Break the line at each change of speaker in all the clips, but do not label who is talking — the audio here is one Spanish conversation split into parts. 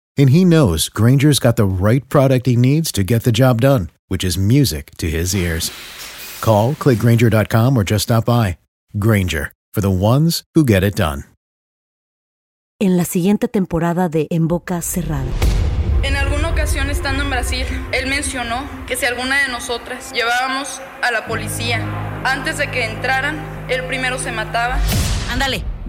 And he knows Granger's got the right product he needs to get the job done, which is music to his ears. Call, click Granger.com, or just stop by. Granger, for the ones who get it done.
en la siguiente temporada de En Boca Cerrada.
En alguna ocasión estando en Brasil, él mencionó que si alguna de nosotras llevábamos a la policía antes de que entraran, él primero se mataba.
Ándale,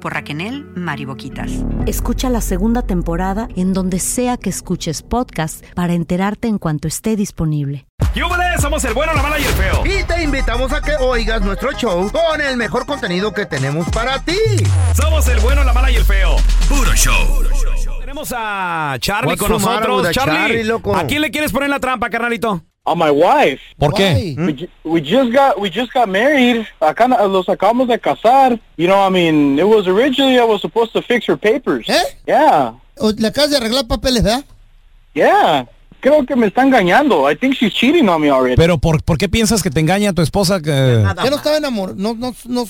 por Raquenel Mariboquitas.
Escucha la segunda temporada en donde sea que escuches podcast para enterarte en cuanto esté disponible.
¡Yúbales! Somos el bueno, la mala y el feo.
Y te invitamos a que oigas nuestro show con el mejor contenido que tenemos para ti.
Somos el bueno, la mala y el feo.
Puro show.
Tenemos
Ah,
a Charlie
What's the
con
matter with
nosotros.
the
Charlie,
Charlie, loco?
¿a quién le quieres poner la trampa, carnalito?
on my wife.
¿Por
Why?
qué?
We, ju- we just got we just got married. I kind of los acabamos de casar. You know, I mean, it was originally I was supposed to fix her papers.
¿Eh?
Yeah,
O- Le acabas de arreglar papeles, ¿verdad?
yeah. Creo que me está engañando. I think she's cheating on me already.
Pero ¿por, por qué piensas que te engaña tu esposa? que-
Ya no estaba enamorado. No, no, no,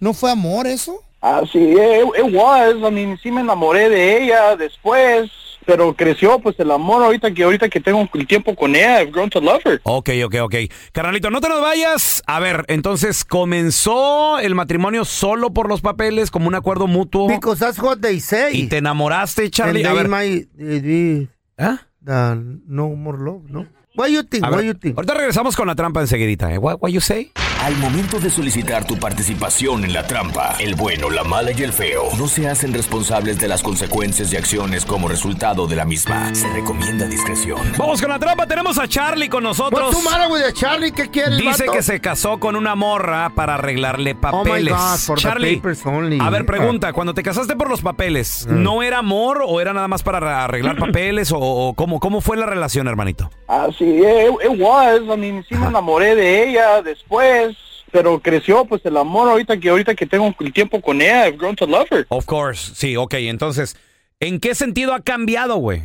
no fue amor eso.
Ah, sí, it, it was. I mean, sí me enamoré de ella después. Pero creció pues el amor ahorita que ahorita que tengo el tiempo con ella. I've grown to love her.
Ok, ok, ok. Carnalito, no te nos vayas. A ver, entonces, ¿comenzó el matrimonio solo por los papeles, como un acuerdo mutuo?
Because that's what they say.
¿Y te enamoraste, Charlie?
And
A
they
ver,
might, eh, be
¿Ah?
the no more love, ¿no? What you think?
A
What
ver,
you think?
ahorita regresamos con la trampa enseguidita. ¿eh? What, what you say?
Al momento de solicitar tu participación en la trampa, el bueno, la mala y el feo no se hacen responsables de las consecuencias y acciones como resultado de la misma. Se recomienda discreción.
Vamos con la trampa. Tenemos a Charlie con nosotros.
What's the matter with the Charlie? ¿Qué quiere el
Dice
vato?
que se casó con una morra para arreglarle
Oh my
papeles.
God, for the
Charlie,
papers Ah. only.
a ver, pregunta, cuando te casaste por los papeles, ¿no era amor o era nada más para arreglar papeles o, o cómo, cómo fue la relación, hermanito?
Ah, sí, it, it was. I mean, sí me enamoré de ella después, pero creció pues el amor ahorita que ahorita que tengo el tiempo con ella. I've grown to love her.
Of course, sí, ok, entonces, ¿en qué sentido ha cambiado, güey?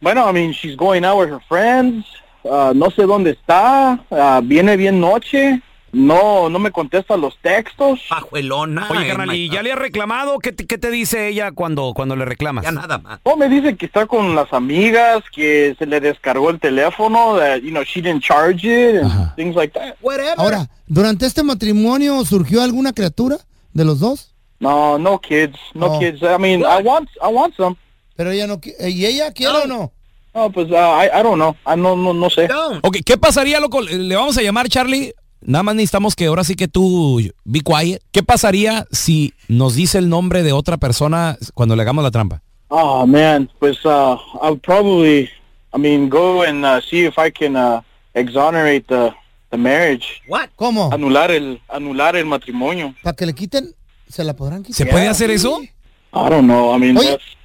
Bueno, I mean, she's going out with her friends. ah, no sé dónde está. ah, viene bien noche. No, no me contesta los textos.
Pajuelona.
Oye,
eh,
carnal, ¿y
my-
ya le has reclamado? ¿Qué te, qué te dice ella cuando, cuando le reclamas?
Ya nada más.
No, me dice que está con las amigas, que se le descargó el teléfono, that, you know, she didn't charge it, and things like that.
Ahora, ¿durante este matrimonio surgió alguna criatura de los dos?
No, no kids, no
Oh.
kids. I mean, I want, I want some.
Pero ella no qui- eh, ¿Y ella quiere o no?
No, pues, ah, I, I don't know. I no, no, no sé.
Ok, ¿qué pasaría, loco? Eh, Le vamos a llamar, Charlie. Nada más necesitamos que ahora sí que tú be quiet. ¿Qué pasaría si nos dice el nombre de otra persona cuando le hagamos la trampa?
Oh man, pues uh, I'll probably, I mean, go and uh, see if I can uh, exonerate the the marriage,
What?
¿Cómo?
anular el anular el matrimonio.
¿Para que le quiten? ¿Se la podrán
¿Se
quitar?
puede hacer eso?
I don't know. I mean,
Oye.
that's-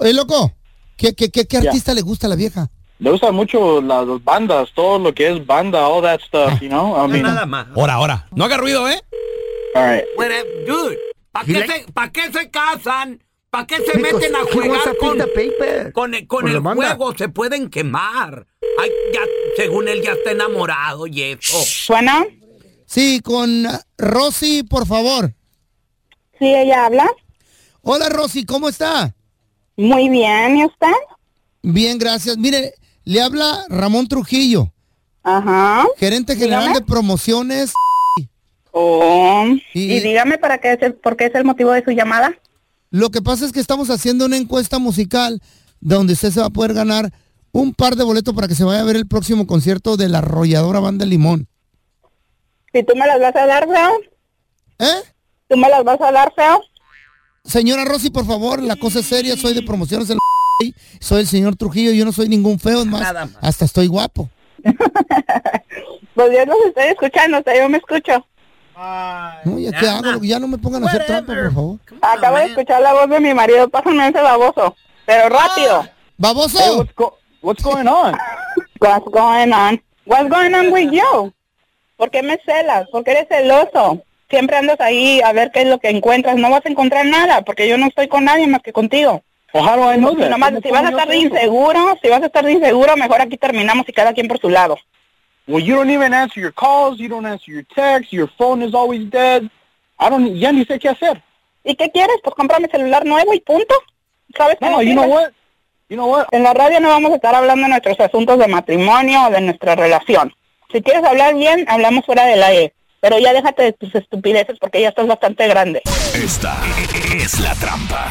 Oye, Eh, loco, ¿qué, qué, qué, qué
Ya.
artista le gusta a la vieja?
le gustan mucho las las bandas, todo lo que es banda, all that stuff, you know. I
Ya
mean,
nada más.
Ahora, ahora. No haga ruido, ¿eh?
all right.
Whatever, Dude, ¿para
He
qué,
like-
se- pa' qué se casan? ¿Para qué se
Because
meten a
he wants to
jugar
pick
con,
the paper.
con el, con
Con
el
la banda.
juego? Se pueden quemar. Ay, ya, según él ya está enamorado y eso.
Bueno,
Sí, con ah, Rosy, por favor.
sí, ella habla.
Hola, Rosy, ¿cómo está?
Muy bien, ¿y usted?
Bien, gracias. Mire, Le habla Ramón Trujillo.
Ajá.
Gerente general
Dígame. Oh,
de promociones.
Y, dígame para qué es el, por qué es el motivo de su llamada.
Lo que pasa es que estamos haciendo una encuesta musical donde usted se va a poder ganar un par de boletos para que se vaya a ver el próximo concierto de la arrolladora Banda Limón.
Si tú me las vas a dar, feo.
¿Eh?
¿Tú me las vas a dar, feo?
Señora Rosy, por favor, la cosa es seria, soy de promociones del soy el señor Trujillo, yo no soy ningún feo, es más,
Nada más.
hasta estoy guapo.
Pues yo los estoy escuchando, o sea, yo me escucho.
No, ya, ¿qué hago? Ya no me pongan a hacer trampa, por favor.
Acabo de escuchar la voz de mi marido, pásame ese baboso. Pero rápido. Eh,
¡Baboso!
what's, going on? What's going on? What's going on with you? ¿Por qué me celas? ¿Por qué eres celoso? Siempre andas ahí a ver qué es lo que encuentras. No vas a encontrar nada, porque yo no estoy con nadie más que contigo.
Ojalá, no.
Si, nomás- si vas a estar de inseguro, si vas a estar de inseguro, mejor aquí terminamos y cada quien por su lado.
Well, you don't even answer your calls. You don't answer your texts. Your phone is always dead. I don't. Ah, Ya ni sé qué hacer.
¿Y qué quieres? Pues cómprame celular nuevo y punto. ¿Sabes que
No, you know
sirve?
what? You know what?
En la radio no vamos a estar hablando de nuestros asuntos de matrimonio o de nuestra relación. Si quieres hablar bien, hablamos fuera del aire. Pero ya déjate de tus estupideces porque ya estás bastante grande.
Esta es la trampa.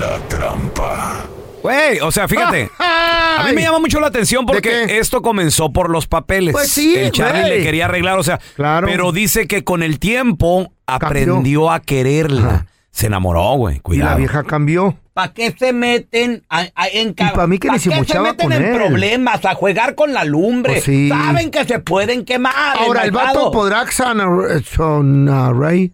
La trampa.
Güey, o sea, fíjate. A mí me llama mucho la atención porque esto comenzó por los papeles.
Pues sí,
El Charlie
güey.
le quería arreglar, o sea, pero dice que con el tiempo aprendió a quererla. Se enamoró, güey. Cuidado.
La vieja cambió.
¿Para qué se meten a- a- en ca-
para mí que
pa'
ni se
qué
mochaba
meten
con
en
él.
problemas, a jugar con la lumbre?
Pues sí.
Saben que se pueden quemar.
Ahora, el vato
malvado.
podrá exoner- exonerar.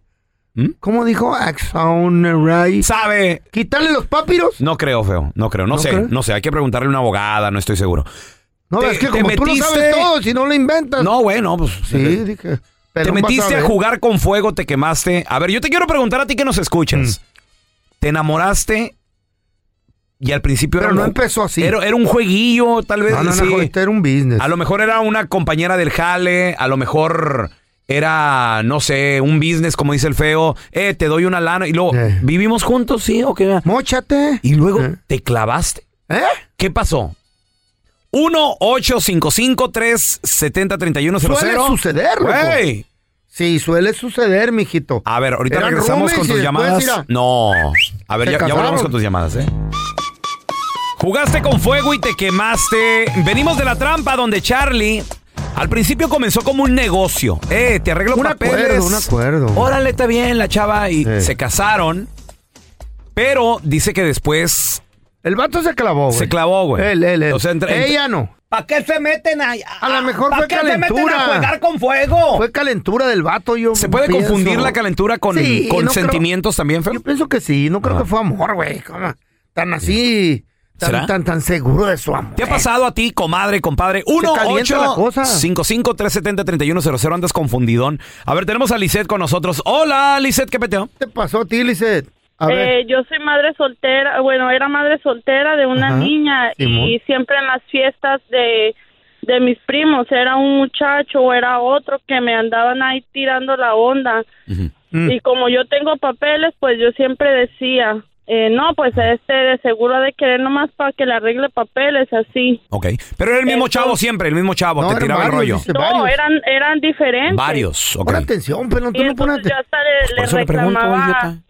¿Mm?
¿Cómo dijo? Exonerar.
¿Sabe?
¿Quitarle los papiros?
No creo, feo. No creo. No, sé. No sé. Hay que preguntarle a una abogada. No estoy seguro.
No,
Te-
Pues es que
te
como tú lo
metiste-
sabes todo, si no lo inventas.
No, güey, no, pues.
Sí, dije.
Te
pelón ¿eh? vas
metiste a
ver.
jugar con fuego, te quemaste. A ver, yo te quiero preguntar a ti que nos escuchas.
Mm.
¿Te enamoraste? Y al principio
Pero
era un
no
ju-
empezó así.
Era, era un jueguillo, tal vez.
No, no, no,
sí.
este era un business.
A lo mejor era una compañera del jale, a lo mejor era, no sé, un business, como dice el feo. Eh, te doy una lana y luego, ¿vivimos juntos? Sí, o qué?
Eh. Móchate.
Y luego te clavaste.
¿Eh?
¿Qué pasó? 1-855-370-3100.
Suele suceder, loco.
Güey.
Sí, suele suceder, mijito.
A ver, ahorita
Eran
regresamos con
roomies y después,
tus llamadas.
mira.
No. A ver,
Se
ya, ya volvemos
casaron.
con tus llamadas, ¿eh? Jugaste con fuego y te quemaste. Venimos de la trampa donde Charlie al principio comenzó como un negocio. Eh, te arreglo
Un
papeles.
acuerdo, un acuerdo.
Órale, está bien la chava y se casaron. Pero dice que después
El vato se clavó, güey.
se clavó, güey.
Él, él, él.
O sea, entre-
Ella no.
¿Para qué se meten a,
A lo mejor
¿Para
fue
qué se meten
calentura.
a jugar con fuego?
Fue calentura del vato, yo
¿Se puede
pienso.
confundir la calentura con,
Sí,
con
no creo-
sentimientos también, Fer? Ah.
Yo pienso que sí, no creo que fue amor, güey. ¿Cómo? Tan así,
¿Será?
tan, tan, tan seguro de su amor.
¿Te ha pasado a ti, comadre, compadre? 1
Eh. calienta la cosa.
55 370 3100 Andas confundidón. A ver, tenemos a Lisette con nosotros. Hola, Lisette, ¿qué peteo?
¿Qué te pasó a ti, Lizeth? A ver.
Eh, yo soy madre soltera, bueno, era madre soltera de una
Ajá,
niña y
Simón.
siempre en las fiestas de, de mis primos era un muchacho o era otro que me andaban ahí tirando la onda.
Mm.
Y como yo tengo papeles, pues yo siempre decía, eh, no, pues a este de seguro ha de querer nomás para que le arregle papeles así.
Ok. Pero era el mismo chavo siempre, el mismo chavo. te tiraba el rollo.
No, eran, eran diferentes.
Varios, ok.
atención, pero
Y entonces yo hasta le,
por
le
eso le pregunto,
reclamaba.
idiota.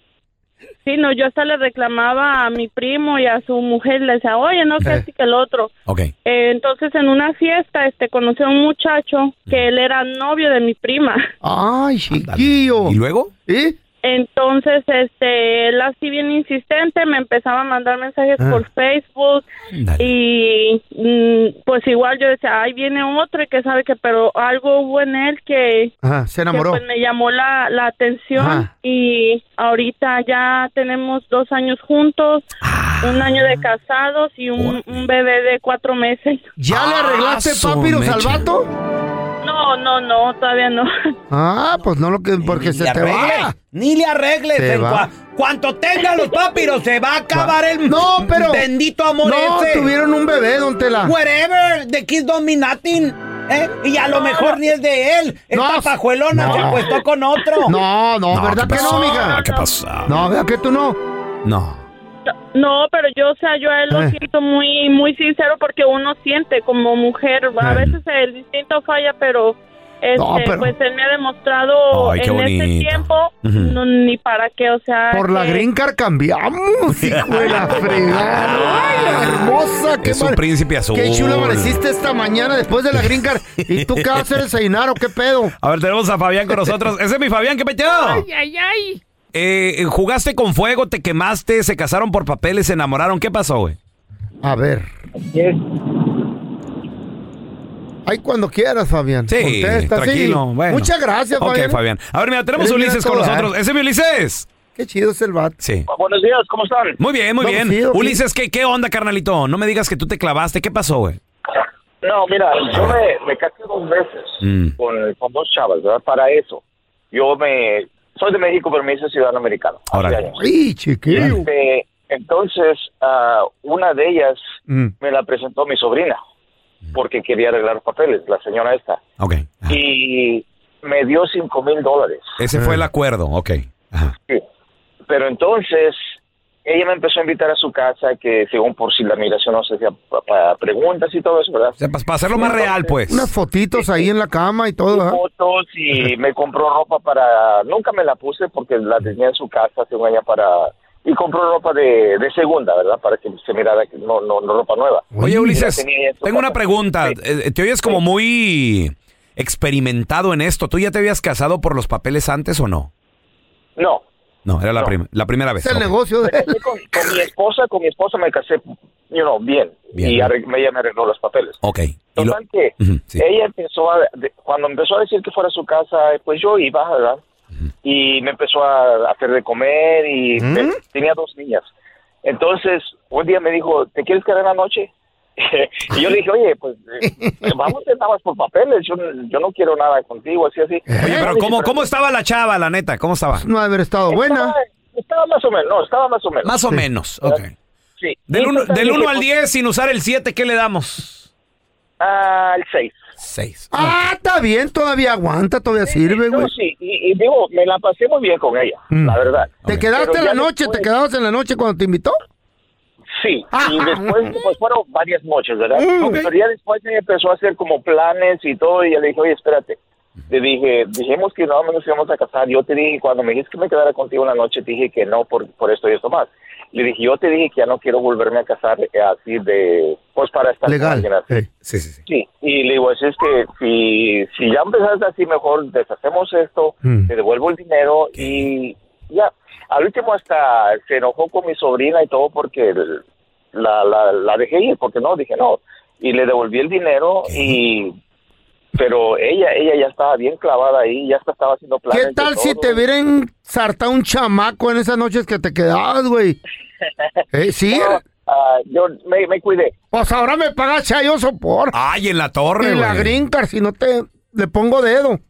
Sí, no, yo hasta le reclamaba a mi primo y a su mujer, le decía, oye, no, que
Eh.
así que el otro.
Ok.
Eh, entonces, en una fiesta, este, conocí a un muchacho que él era novio de mi prima.
Ay, chiquillo.
¿Y luego?
¿Eh?
Entonces, este, él así bien insistente me empezaba a mandar mensajes
Ah.
por Facebook
Ándale.
y mm, pues igual yo decía, ahí viene otro y que sabe que, pero algo hubo en él que
Ajá, se enamoró.
que, pues, me llamó la, la atención
Ajá.
y ahorita ya tenemos dos años juntos,
Ah.
un año de casados y un, un bebé de cuatro meses.
¿Ya le arreglaste Ah,
su
papiros al
mecha.
vato?
No, no, no, todavía no.
Ah, pues no lo que porque se
le
te
arregle,
va.
Ni le arregles.
Se
en
va.
cua- cuanto tenga los papiros, se va a acabar el
No, pero-
bendito amor
No,
ese.
tuvieron un bebé, don Tela.
Wherever, the kiss don't mean nothing, ¿eh? Y a lo mejor ni es de él. Esta pajuelona
no.
se acuestó con otro.
No, no,
No,
¿verdad
¿qué
que no,
pasó?
mija?
¿Qué pasa?
No, ¿verdad que tú no?
No.
No, pero yo, o sea, yo a él lo
Eh.
siento muy, muy sincero porque uno siente como mujer, a veces el instinto falla, pero, este,
Eh. No, pero-
pues él me ha demostrado
Ay, qué
en este
bonito.
tiempo
Ujú.
no, ni para qué, o sea,
Por la
que-
green card cambiamos, hijo de la fregada. Ay, hermosa, qué
Es un
mar-
príncipe azul.
Qué chulo amaneciste esta mañana después de la green card. ¿Y tú qué vas a desayunar o qué pedo?
A ver, tenemos a Fabián con nosotros. Ese es mi Fabián, qué peteado.
ay, ay.
Eh, jugaste con fuego, te quemaste, se casaron por papeles, se enamoraron. ¿Qué pasó, güey?
A ver. Ay, cuando quieras, Fabián.
Sí,
Contesta, sí.
tranquilo. Bueno.
Muchas gracias,
Ok,
Fabián.
Fabián. A ver, mira, tenemos
Eres bien
Ulises
a
con
todo
nosotros.
dar.
¿Ese es mi Ulises?
Qué chido es el bat.
Sí.
Buenos días, ¿cómo están?
Muy bien, muy
No,
bien.
sí, ok.
Ulises, ¿qué, ¿qué onda, carnalito? No me digas que tú te clavaste. ¿Qué pasó, güey?
No, mira, yo me, me casé dos veces
Mm.
con, con dos chavas, ¿verdad? Para eso. Yo me... Soy de México, pero me hice ciudadano americano.
Órale.
Hace años.
Ay, chiquillo.
Este, entonces, ah, una de ellas
Mm.
me la presentó mi sobrina, porque quería arreglar papeles, la señora esta.
Ok.
Ah.
Y me dio cinco mil dólares.
Ese fue
Ah.
el acuerdo, ok.
Sí. Pero entonces ella me empezó a invitar a su casa, que según por si la migración no se hacía pa- pa- preguntas y todo eso, ¿verdad?
para hacerlo más real, pues.
Unas fotitos ahí en la cama y todo, ¿ah?
Fotos y me compró ropa para... Nunca me la puse porque la tenía en su casa, según ella, para... Y compró ropa de, de segunda, ¿verdad? Para que se mirara, que no, no, no ropa nueva.
Oye,
La
Ulises,
tenía ella en su
tengo una
casa.
pregunta. Eh, ¿Te oyes como muy experimentado en esto? ¿Tú ya te habías casado por los papeles antes o no?
No,
No, era la, prim- la primera vez. ok.
negocio
de con, con mi esposa, con mi esposa me casé, you know, bien.
Bien.
Y arreg- ella me arregló los papeles.
Ok. Y lo-
Total que ella empezó a, de- cuando empezó a decir que fuera a su casa, pues yo iba, ¿verdad? Y me empezó a hacer de comer y
¿Mm?
te- tenía dos niñas. Entonces, un día me dijo, ¿te quieres quedar en la noche? y yo le dije, oye, pues eh, vamos a nada más por papeles, yo, yo no quiero nada contigo, así, así.
Oye, pero ¿cómo, ¿cómo estaba la chava, la neta? ¿Cómo estaba?
No ha de haber estado buena.
Estaba, estaba más o menos, no, estaba más o menos.
Más o menos, ok.
Sí.
Del
Y
1
total, dije,
al
pues,
10, sin usar el 7, ¿qué le damos?
Al 6.
6.
Ah, está bien, todavía aguanta, todavía sirve, güey.
Pues
Mm.
No, sí, y, y digo, me la pasé muy bien con ella, la verdad.
¿Te quedaste
Pero ya
la noche? ¿Te quedabas en la noche cuando te invitó?
Sí, y después pues, fueron varias noches, ¿verdad?
Mm. Ok.
Pero ya después ella empezó a hacer como planes y todo, y ya le dije, oye, espérate. Le dije, dijimos que no nos íbamos a casar. Yo te dije, cuando me dijiste que me quedara contigo una noche, te dije que no por, por esto y esto más. Le dije, yo te dije que ya no quiero volverme a casar eh, así de, pues para estar con alguien así.
Sí, sí, sí.
Sí, y le digo, así es que si, si ya empezaste así, mejor deshacemos esto,
Mm.
te devuelvo el dinero y ya. Al último hasta se enojó con mi sobrina y todo porque el- la, la, la dejé ir, porque no, dije no. Y le devolví el dinero y... Pero ella ella ya estaba bien clavada ahí, ya hasta estaba haciendo planes.
¿Qué
de
tal si
todo.
te hubieran sartado un chamaco en esas noches que te quedabas, güey? Eh, sí.
No, ah, yo me, me cuidé.
Pues ahora me pagas chayoso por.
Ay, en la torre,
Y la
güey.
green card, si no te le pongo dedo.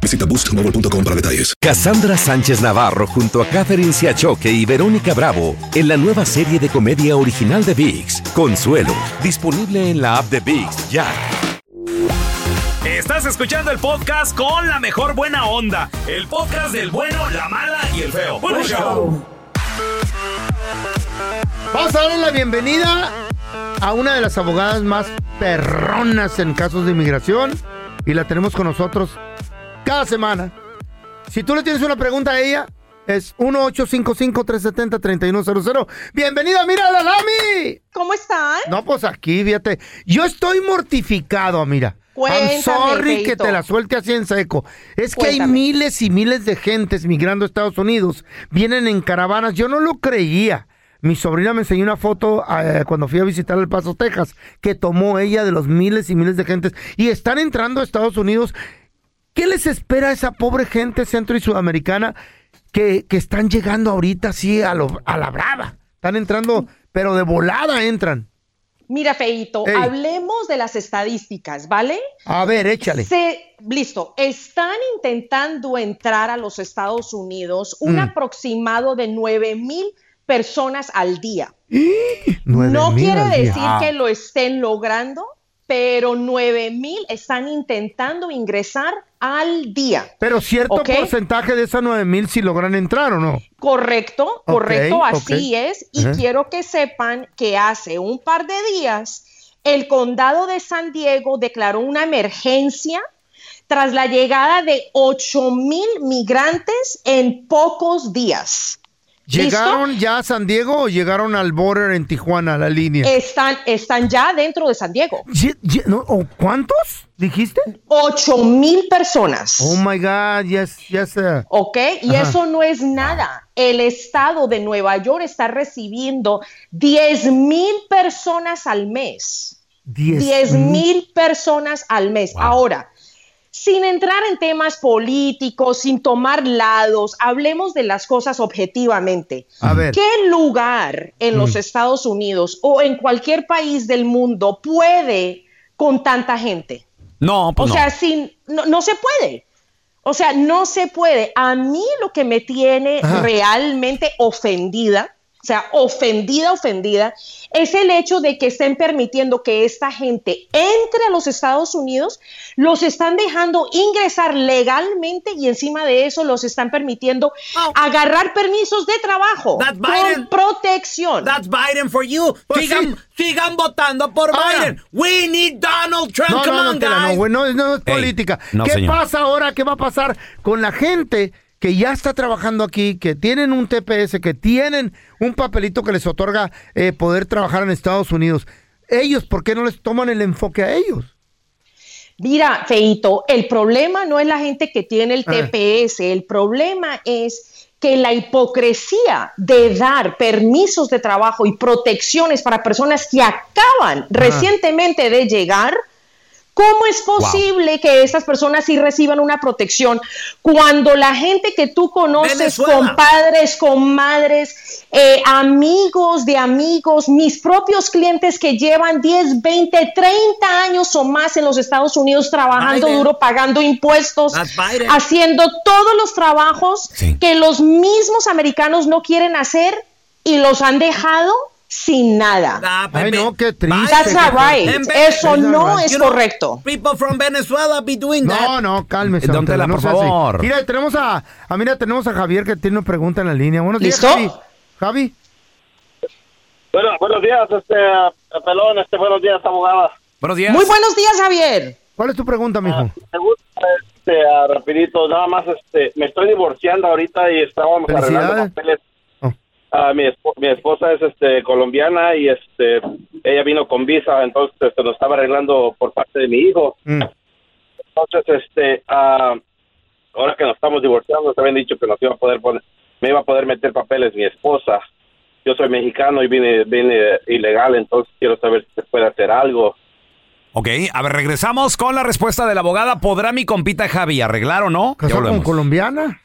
Visita boostmobile.com para detalles.
Cassandra Sánchez Navarro junto a Catherine Siachoque y Verónica Bravo en la nueva serie de comedia original de VIX, Consuelo, disponible en la app de VIX ya.
Estás escuchando el podcast con la mejor buena onda. El podcast del bueno, la mala y el feo.
Pues
Bueno, show.
Vamos a darle la bienvenida a una de las abogadas más perronas en casos de inmigración. Y la tenemos con nosotros cada semana. Si tú le tienes una pregunta a ella, Es 1-855-370-3100. ¡Bienvenida, mira la Lami!
¿Cómo están?
No, pues aquí, fíjate. Yo estoy mortificado, mira.
Cuéntame,
I'm sorry que
feíto.
te la suelte así en seco. Es que hay
Cuéntame.
miles y miles de gentes migrando a Estados Unidos. Vienen en caravanas. Yo no lo creía. Mi sobrina me enseñó una foto eh, cuando fui a visitar El Paso, Texas, que tomó ella de los miles y miles de gentes. Y están entrando a Estados Unidos. ¿Qué les espera a esa pobre gente centro y sudamericana que, que están llegando ahorita así a, lo- a la brava? Están entrando, pero de volada entran.
Mira, Feito,
Ey.
hablemos de las estadísticas, ¿vale?
A ver, échale.
Se- listo, están intentando entrar a los Estados Unidos un
Mm.
aproximado de 9 mil personas al día.
Nueve
No
mil
quiere
al día.
decir
Ah.
que lo estén logrando, pero 9 mil están intentando ingresar al día.
Pero cierto
¿Ok?
porcentaje de esas 9 mil si logran entrar o no.
Correcto,
Ok,
correcto,
ok.
así es. Y
Ajá.
quiero que sepan que hace un par de días el condado de San Diego declaró una emergencia tras la llegada de 8 mil migrantes en pocos días. ¿Listo?
¿Llegaron ya a San Diego o llegaron al border en Tijuana, a la línea?
Están, están ya dentro de San Diego.
Ye- ye- no, ¿o ¿Cuántos dijiste?
8 mil personas. Oh,
Oh my God, yes, yes. uh,
¿ok? Y
Ajá.
eso no es nada. El estado de Nueva York está recibiendo 10 mil personas al mes.
Diez
10
mil.
mil personas al mes. Ahora, sin entrar en temas políticos, sin tomar lados, hablemos de las cosas objetivamente.
A ver.
¿Qué lugar en los
Mm.
Estados Unidos o en cualquier país del mundo puede con tanta gente?
No,
O
pues
sea,
no.
sin, no, no se puede. O sea, no se puede. A mí lo que me tiene
Ajá.
realmente ofendida, o sea, ofendida, ofendida, es el hecho de que estén permitiendo que esta gente entre a los Estados Unidos, los están dejando ingresar legalmente y encima de eso los están permitiendo agarrar permisos de trabajo con protección.
That's Biden for you.
Pues
sigan, sigan votando por
Ah.
Ahora.
Biden. We need Donald Trump.
No,
Come
no, no,
on,
tela, no,
guys.
güey, no, no es
Ey,
política.
no,
¿Qué
señor.
pasa ahora? ¿Qué va a pasar con la gente que ya está trabajando aquí, que tienen un TPS, que tienen un papelito que les otorga eh, poder trabajar en Estados Unidos? Ellos, ¿por qué no les toman el enfoque a ellos?
Mira, Feito, el problema no es la gente que tiene el
Ah.
TPS, el problema es que la hipocresía de dar permisos de trabajo y protecciones para personas que acaban recientemente de llegar, ¿cómo es posible que estas personas sí reciban una protección cuando la gente que tú conoces,
Venezuela.
compadres, comadres, eh, amigos de amigos, mis propios clientes que llevan 10, 20, 30 años o más en los Estados Unidos trabajando
Biden.
duro, pagando impuestos,
That's Biden.
haciendo todos los trabajos que los mismos americanos no quieren hacer y los han dejado sin nada.
Ay,
pues,
no, qué triste.
That's not
qué
right.
triste.
Eso
That's not
no
right.
es correcto.
People from Venezuela be doing that.
No, no, cálmese.
Don
don Tela,
Tela,
no
por
sea así.
favor.
Mira, tenemos a, a- mira, tenemos a Javier que tiene una pregunta en la línea. Buenos
¿Listo?
días, Javi. Javi.
Bueno, buenos días, este, pelón, este, buenos días, abogada.
Buenos
Muy buenos días, Javier.
¿Cuál es tu pregunta,
Ah,
mijo?
Este, ah, rapidito, nada más, este, me estoy divorciando ahorita y estábamos arreglando
Felicidades.
papeles. Ah, mi, esp- mi esposa es, este, colombiana y, este, ella vino con visa, entonces, este, lo estaba arreglando por parte de mi hijo.
Mm.
Entonces, este, ah, ahora que nos estamos divorciando, nos habían dicho que nos iba a poder poner, me iba a poder meter papeles mi esposa. Yo soy mexicano y vine, vine ilegal, entonces quiero saber si se puede hacer algo.
Ok, a ver, regresamos con la respuesta de la abogada. ¿Podrá mi compita Javi arreglar o no? Ya
¿Casado con
volvemos.
colombiana?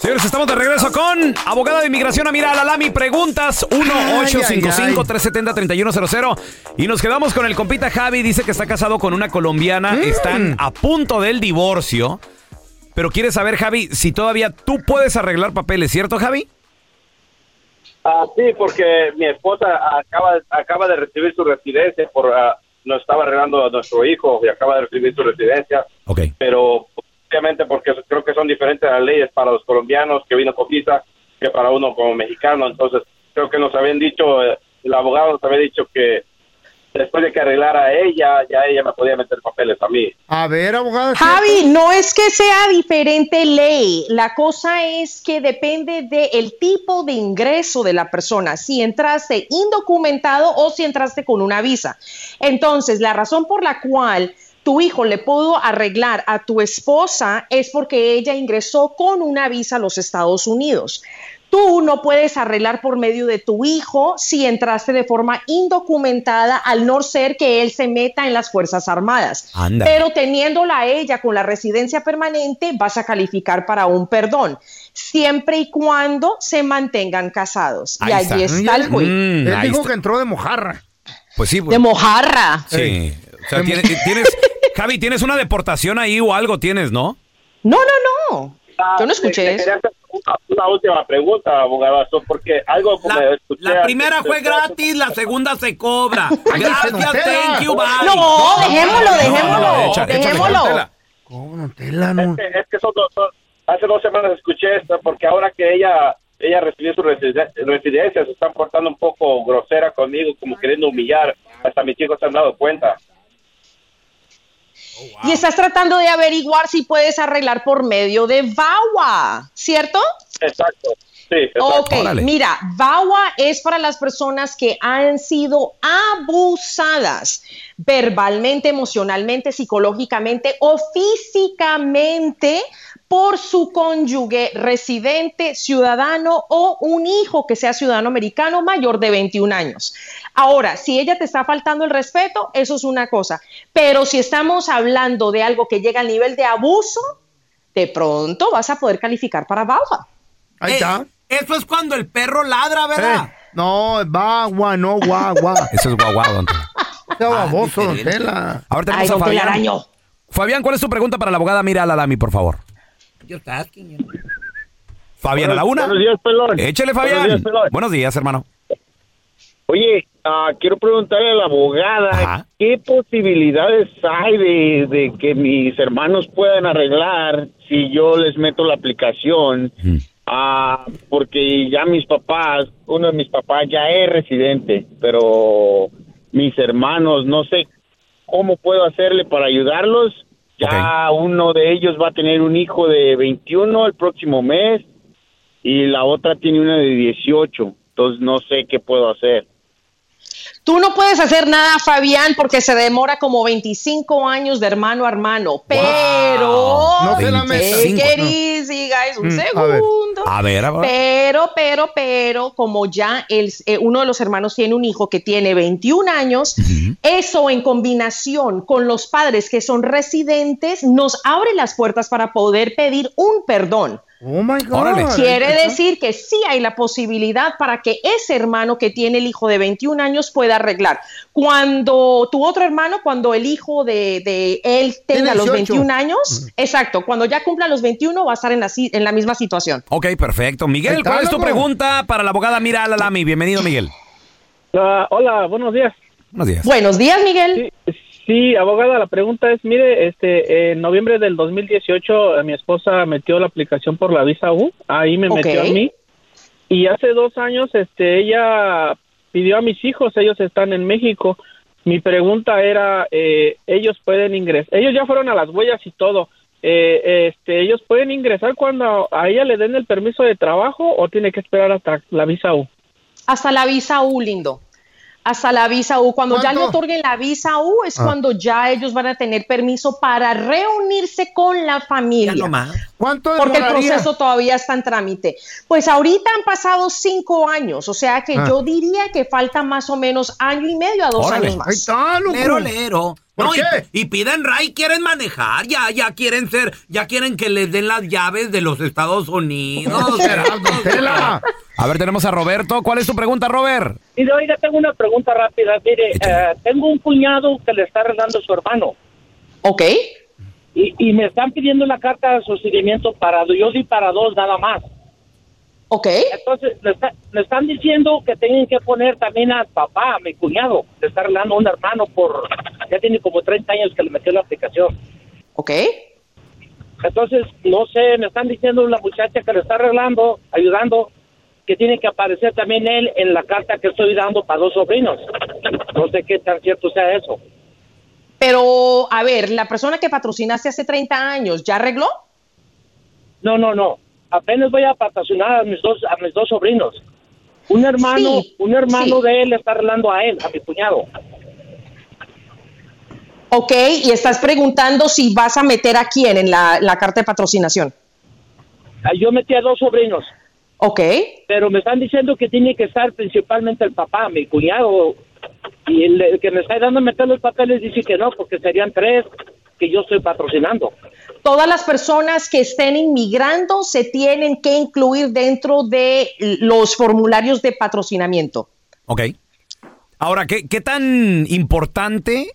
Señores, estamos de regreso con abogada de inmigración Amira Alalami. Preguntas
Ay, ay, ay.
1-855-370-3100. Y nos quedamos con el compita Javi. Dice que está casado con una colombiana. Están a punto del divorcio. Pero quiere saber, Javi, si todavía tú puedes arreglar papeles, ¿cierto, Javi?
Ah, sí, porque mi esposa acaba, acaba de recibir su residencia por ah, nos estaba arreglando a nuestro hijo y acaba de recibir su residencia. Pero obviamente porque creo que son diferentes las leyes para los colombianos que vino con visa que para uno como mexicano. Entonces creo que nos habían dicho eh, el abogado nos había dicho que después de que arreglara ella, ya ella me podía meter papeles a mí.
A ver, abogada.
Javi, no es que sea diferente ley, la cosa es que depende del tipo de ingreso de la persona, si entraste indocumentado o si entraste con una visa. Entonces, la razón por la cual tu hijo le pudo arreglar a tu esposa es porque ella ingresó con una visa a los Estados Unidos. Tú no puedes arreglar por medio de tu hijo si entraste de forma indocumentada, al no ser que él se meta en las Fuerzas Armadas.
Anda.
Pero teniéndola a ella con la residencia permanente, vas a calificar para un perdón, siempre y cuando se mantengan casados. y allí está, el juicio.
Él
ahí
dijo
está.
que entró de mojarra.
Pues sí.
De mojarra.
Sí. O sea, tiene- tienes, Javi, tienes una deportación ahí o algo tienes, ¿no?
No, no, no. Yo no
Le-
escuché
le
eso.
quería hacer una- Ah, Una última pregunta, abogado, porque algo como escuché
La
antes
primera
de-
fue gratis, la segunda se cobra. Gracias,
don Tela.
thank you, bye.
No, dejémoslo, dejémoslo,
échale, échale,
dejémoslo.
don Tela. Es, que son dos- son- hace dos semanas escuché esto, porque ahora que ella ella recibió su residen- residencia, se está portando un poco grosera conmigo, como queriendo humillar. Hasta mis hijos se han dado cuenta.
Y estás tratando de averiguar si puedes arreglar por medio de VAWA, ¿cierto?
Exacto. Sí, exacto.
Ok, mira, VAWA es para las personas que han sido abusadas verbalmente, emocionalmente, psicológicamente o físicamente por su cónyuge residente, ciudadano o un hijo que sea ciudadano americano mayor de 21 años. Ahora, si ella te está faltando el respeto, eso es una cosa, pero si estamos hablando de algo que llega al nivel de abuso, de pronto vas a poder calificar para VAWA.
Ahí
Eh,
está.
Eso es cuando el perro ladra,
Eh.
¿verdad? No, va, guá, no, guá, guá.
Eso es guau, guau, don Tela.
Sea baboso, don Tela.
Ahora tenemos Ah, a Fabián. Fabián, ¿cuál es tu pregunta para la abogada Mira la Dami, por favor?
You're asking me.
Fabián, a la
Buenos-
una.
buenos días, pelón.
Échale,
Buenos
Fabián.
días, pelón.
Buenos días, hermano.
Oye, ah, quiero preguntarle a la abogada, ¿qué posibilidades hay de, de que mis hermanos puedan arreglar si yo les meto la aplicación? Ah, porque ya mis papás, uno de mis papás ya es residente, pero mis hermanos, no sé cómo puedo hacerle para ayudarlos. Ya uno de ellos va a tener un hijo de 21 el próximo mes y la otra tiene una de 18. Entonces no sé qué puedo hacer.
Tú no puedes hacer nada, Fabián, porque se demora como 25 años de hermano a hermano. Pero. eh,
No se la metas.
Take it
25, no.
easy, guys. Un
Mm, a ver.
segundo.
A ver, a ver.
Pero, pero, pero, como ya el, eh, uno de los hermanos tiene un hijo que tiene 21 años, eso en combinación con los padres que son residentes nos abre las puertas para poder pedir un perdón.
Oh my God.
Quiere decir que sí hay la posibilidad para que ese hermano que tiene el hijo de 21 años pueda arreglar. Cuando tu otro hermano, cuando el hijo de, de él tenga
Tiene
los
18.
21 años, exacto, cuando ya cumpla los 21 va a estar en la, si- en la misma situación.
Ok, perfecto.
Ahí
Miguel,
está,
¿cuál es tu
loco.
pregunta para la abogada Mira la Dami? Bienvenido, Miguel.
Ah, hola, buenos días.
Buenos días.
Buenos días, Miguel.
Sí, sí, abogada, la pregunta es, mire, este, en noviembre del 2018 eh, mi esposa metió la aplicación por la visa U, ahí me
Ok.
metió a mí, y hace dos años, este, ella pidió a mis hijos, ellos están en México, mi pregunta era, eh, ellos pueden ingresar, ellos ya fueron a las huellas y todo, eh, este, ellos pueden ingresar cuando a ella le den el permiso de trabajo o tiene que esperar hasta la visa U.
Hasta la visa U, lindo. Hasta la visa U. Cuando ya le otorguen la visa U es
Ah.
cuando ya ellos van a tener permiso para reunirse con la familia.
¿Cuánto
Porque el
demoraría?
proceso todavía está en trámite. Pues ahorita han pasado cinco años, o sea que
Ah.
yo diría que falta más o menos año y medio a dos
Órale.
años más.
Ahí
está,
Lero, lero.
¿Por
No, y-
qué?
Y, piden RAI, quieren manejar, ya, ya quieren ser, ya quieren que les den las llaves de los Estados Unidos. A ver, tenemos a Roberto. ¿Cuál es tu pregunta, Robert?
Mire, oiga, tengo una pregunta rápida. Mire, eh, tengo un cuñado que le está arreglando a su hermano.
Ok.
Y, y me están pidiendo la carta de sostenimiento para yo di para dos nada más.
Ok.
Entonces, le, está- le están diciendo que tienen que poner también al papá, a mi cuñado. Le está arreglando a un hermano por. Ya tiene como 30 años que le metió la aplicación.
Ok.
Entonces, no sé, me están diciendo la muchacha que le está arreglando, ayudando, que tiene que aparecer también él en la carta que estoy dando para dos sobrinos. No sé qué tan cierto sea eso.
Pero, a ver, la persona que patrocinaste hace 30 años, ¿ya arregló?
No, no, no. Apenas voy a patrocinar a mis dos, a mis dos sobrinos. Un hermano,
Sí,
un hermano
sí.
de él está arreglando a él, a mi cuñado.
Ok, y estás preguntando si vas a meter a quién en la, la carta de patrocinación.
Ah, Yo metí a dos sobrinos.
Ok.
Pero me están diciendo que tiene que estar principalmente el papá, mi cuñado. Y el, el que me está dando a meter los papeles dice que no, porque serían tres que yo estoy patrocinando.
Todas las personas que estén inmigrando se tienen que incluir dentro de los formularios de patrocinamiento.
Ok. Ahora, ¿qué, qué tan importante,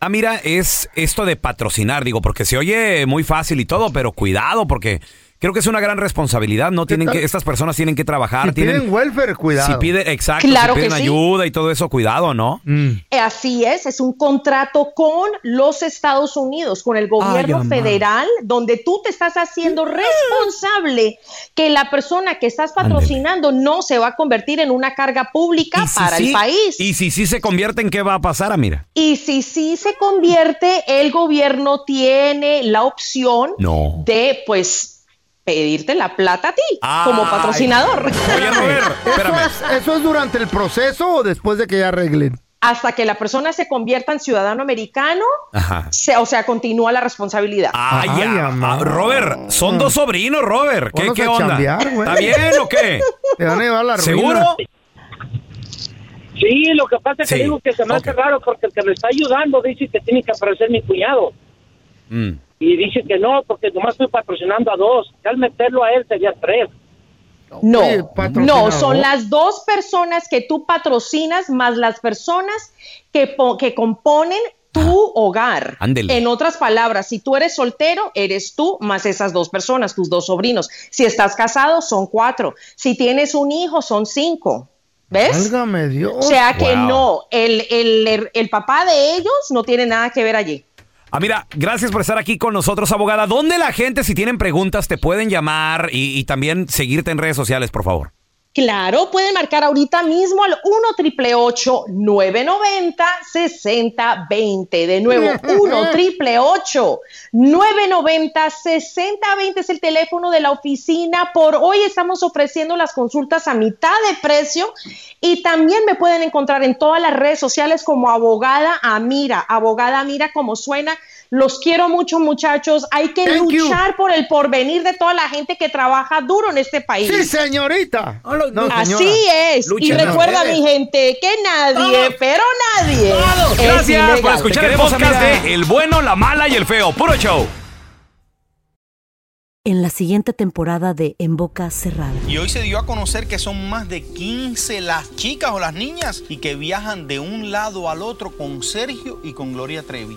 ah, mira, es esto de patrocinar? Digo, porque se oye muy fácil y todo, pero cuidado, porque creo que es una gran responsabilidad, ¿no? Tienen
tal?
que, estas personas tienen que trabajar,
Si
tienen...
piden welfare, cuidado.
Si piden, exacto,
Claro
si piden
que sí.
ayuda y todo eso, cuidado, ¿no?
Mm.
Eh, Así es, es un contrato con los Estados Unidos, con el gobierno
amá.
federal, donde tú te estás
Mm.
haciendo responsable que la persona que estás patrocinando no se va a convertir en una carga pública
Si
para
sí-
el país.
Y si sí se convierten, ¿qué va a pasar, ah, Amira?
Y si sí se convierte, el gobierno tiene la opción
No.
de, pues, pedirte la plata a ti
Ay.
como patrocinador.
¿Eso es, ¿Eso es durante el proceso o después de que ya arreglen?
Hasta que la persona se convierta en ciudadano americano,
Ajá.
se- o sea, continúa la responsabilidad.
Ay, ya. Ah, Robert, son dos sobrinos, Robert. ¿Qué,
Mm. Vamos
qué
a
onda?
chambear, güey.
¿Está bien o qué?
Te van a llevar a la ruina.
¿Seguro?
Sí, lo que pasa es que digo que se me hace raro porque el que me está ayudando dice que tiene que aparecer mi cuñado. Y dice que no, porque nomás estoy patrocinando a dos. Que al meterlo a él sería tres.
No,
Oye,
no,
patrocinador.
son las dos personas que tú patrocinas más las personas que, po- que componen tu hogar.
ándele.
En otras palabras, si tú eres soltero, eres tú más esas dos personas, tus dos sobrinos. Si estás casado, son cuatro. Si tienes un hijo, son cinco. ¿Ves?
Válgame Dios.
O sea que
Wow.
no, el, el- el- el papá de ellos no tiene nada que ver allí.
Ah, mira, gracias por estar aquí con nosotros, abogada. ¿Dónde la gente, si tienen preguntas, te pueden llamar y, y también seguirte en redes sociales, por favor?
Claro, pueden marcar ahorita mismo al 1 triple 990 6020. De nuevo, 1 triple 990 6020 es el teléfono de la oficina. Por hoy estamos ofreciendo las consultas a mitad de precio y también me pueden encontrar en todas las redes sociales como abogada Amira. Abogada Amira, como suena. Los quiero mucho, muchachos. Hay que luchar por el porvenir de toda la gente que trabaja duro en este país.
Sí, señorita. No,
Así
señora.
es.
Luchen
y recuerda,
ustedes.
mi gente, que nadie, pero nadie. es
Gracias por
ilegal.
escuchar
Te
el
queremos,
podcast
amiga.
de El Bueno, la Mala y el Feo. Puro show.
En la siguiente temporada de En Boca Cerrada.
Y hoy se dio a conocer que son más de 15 las chicas o las niñas y que viajan de un lado al otro con Sergio y con Gloria Trevi.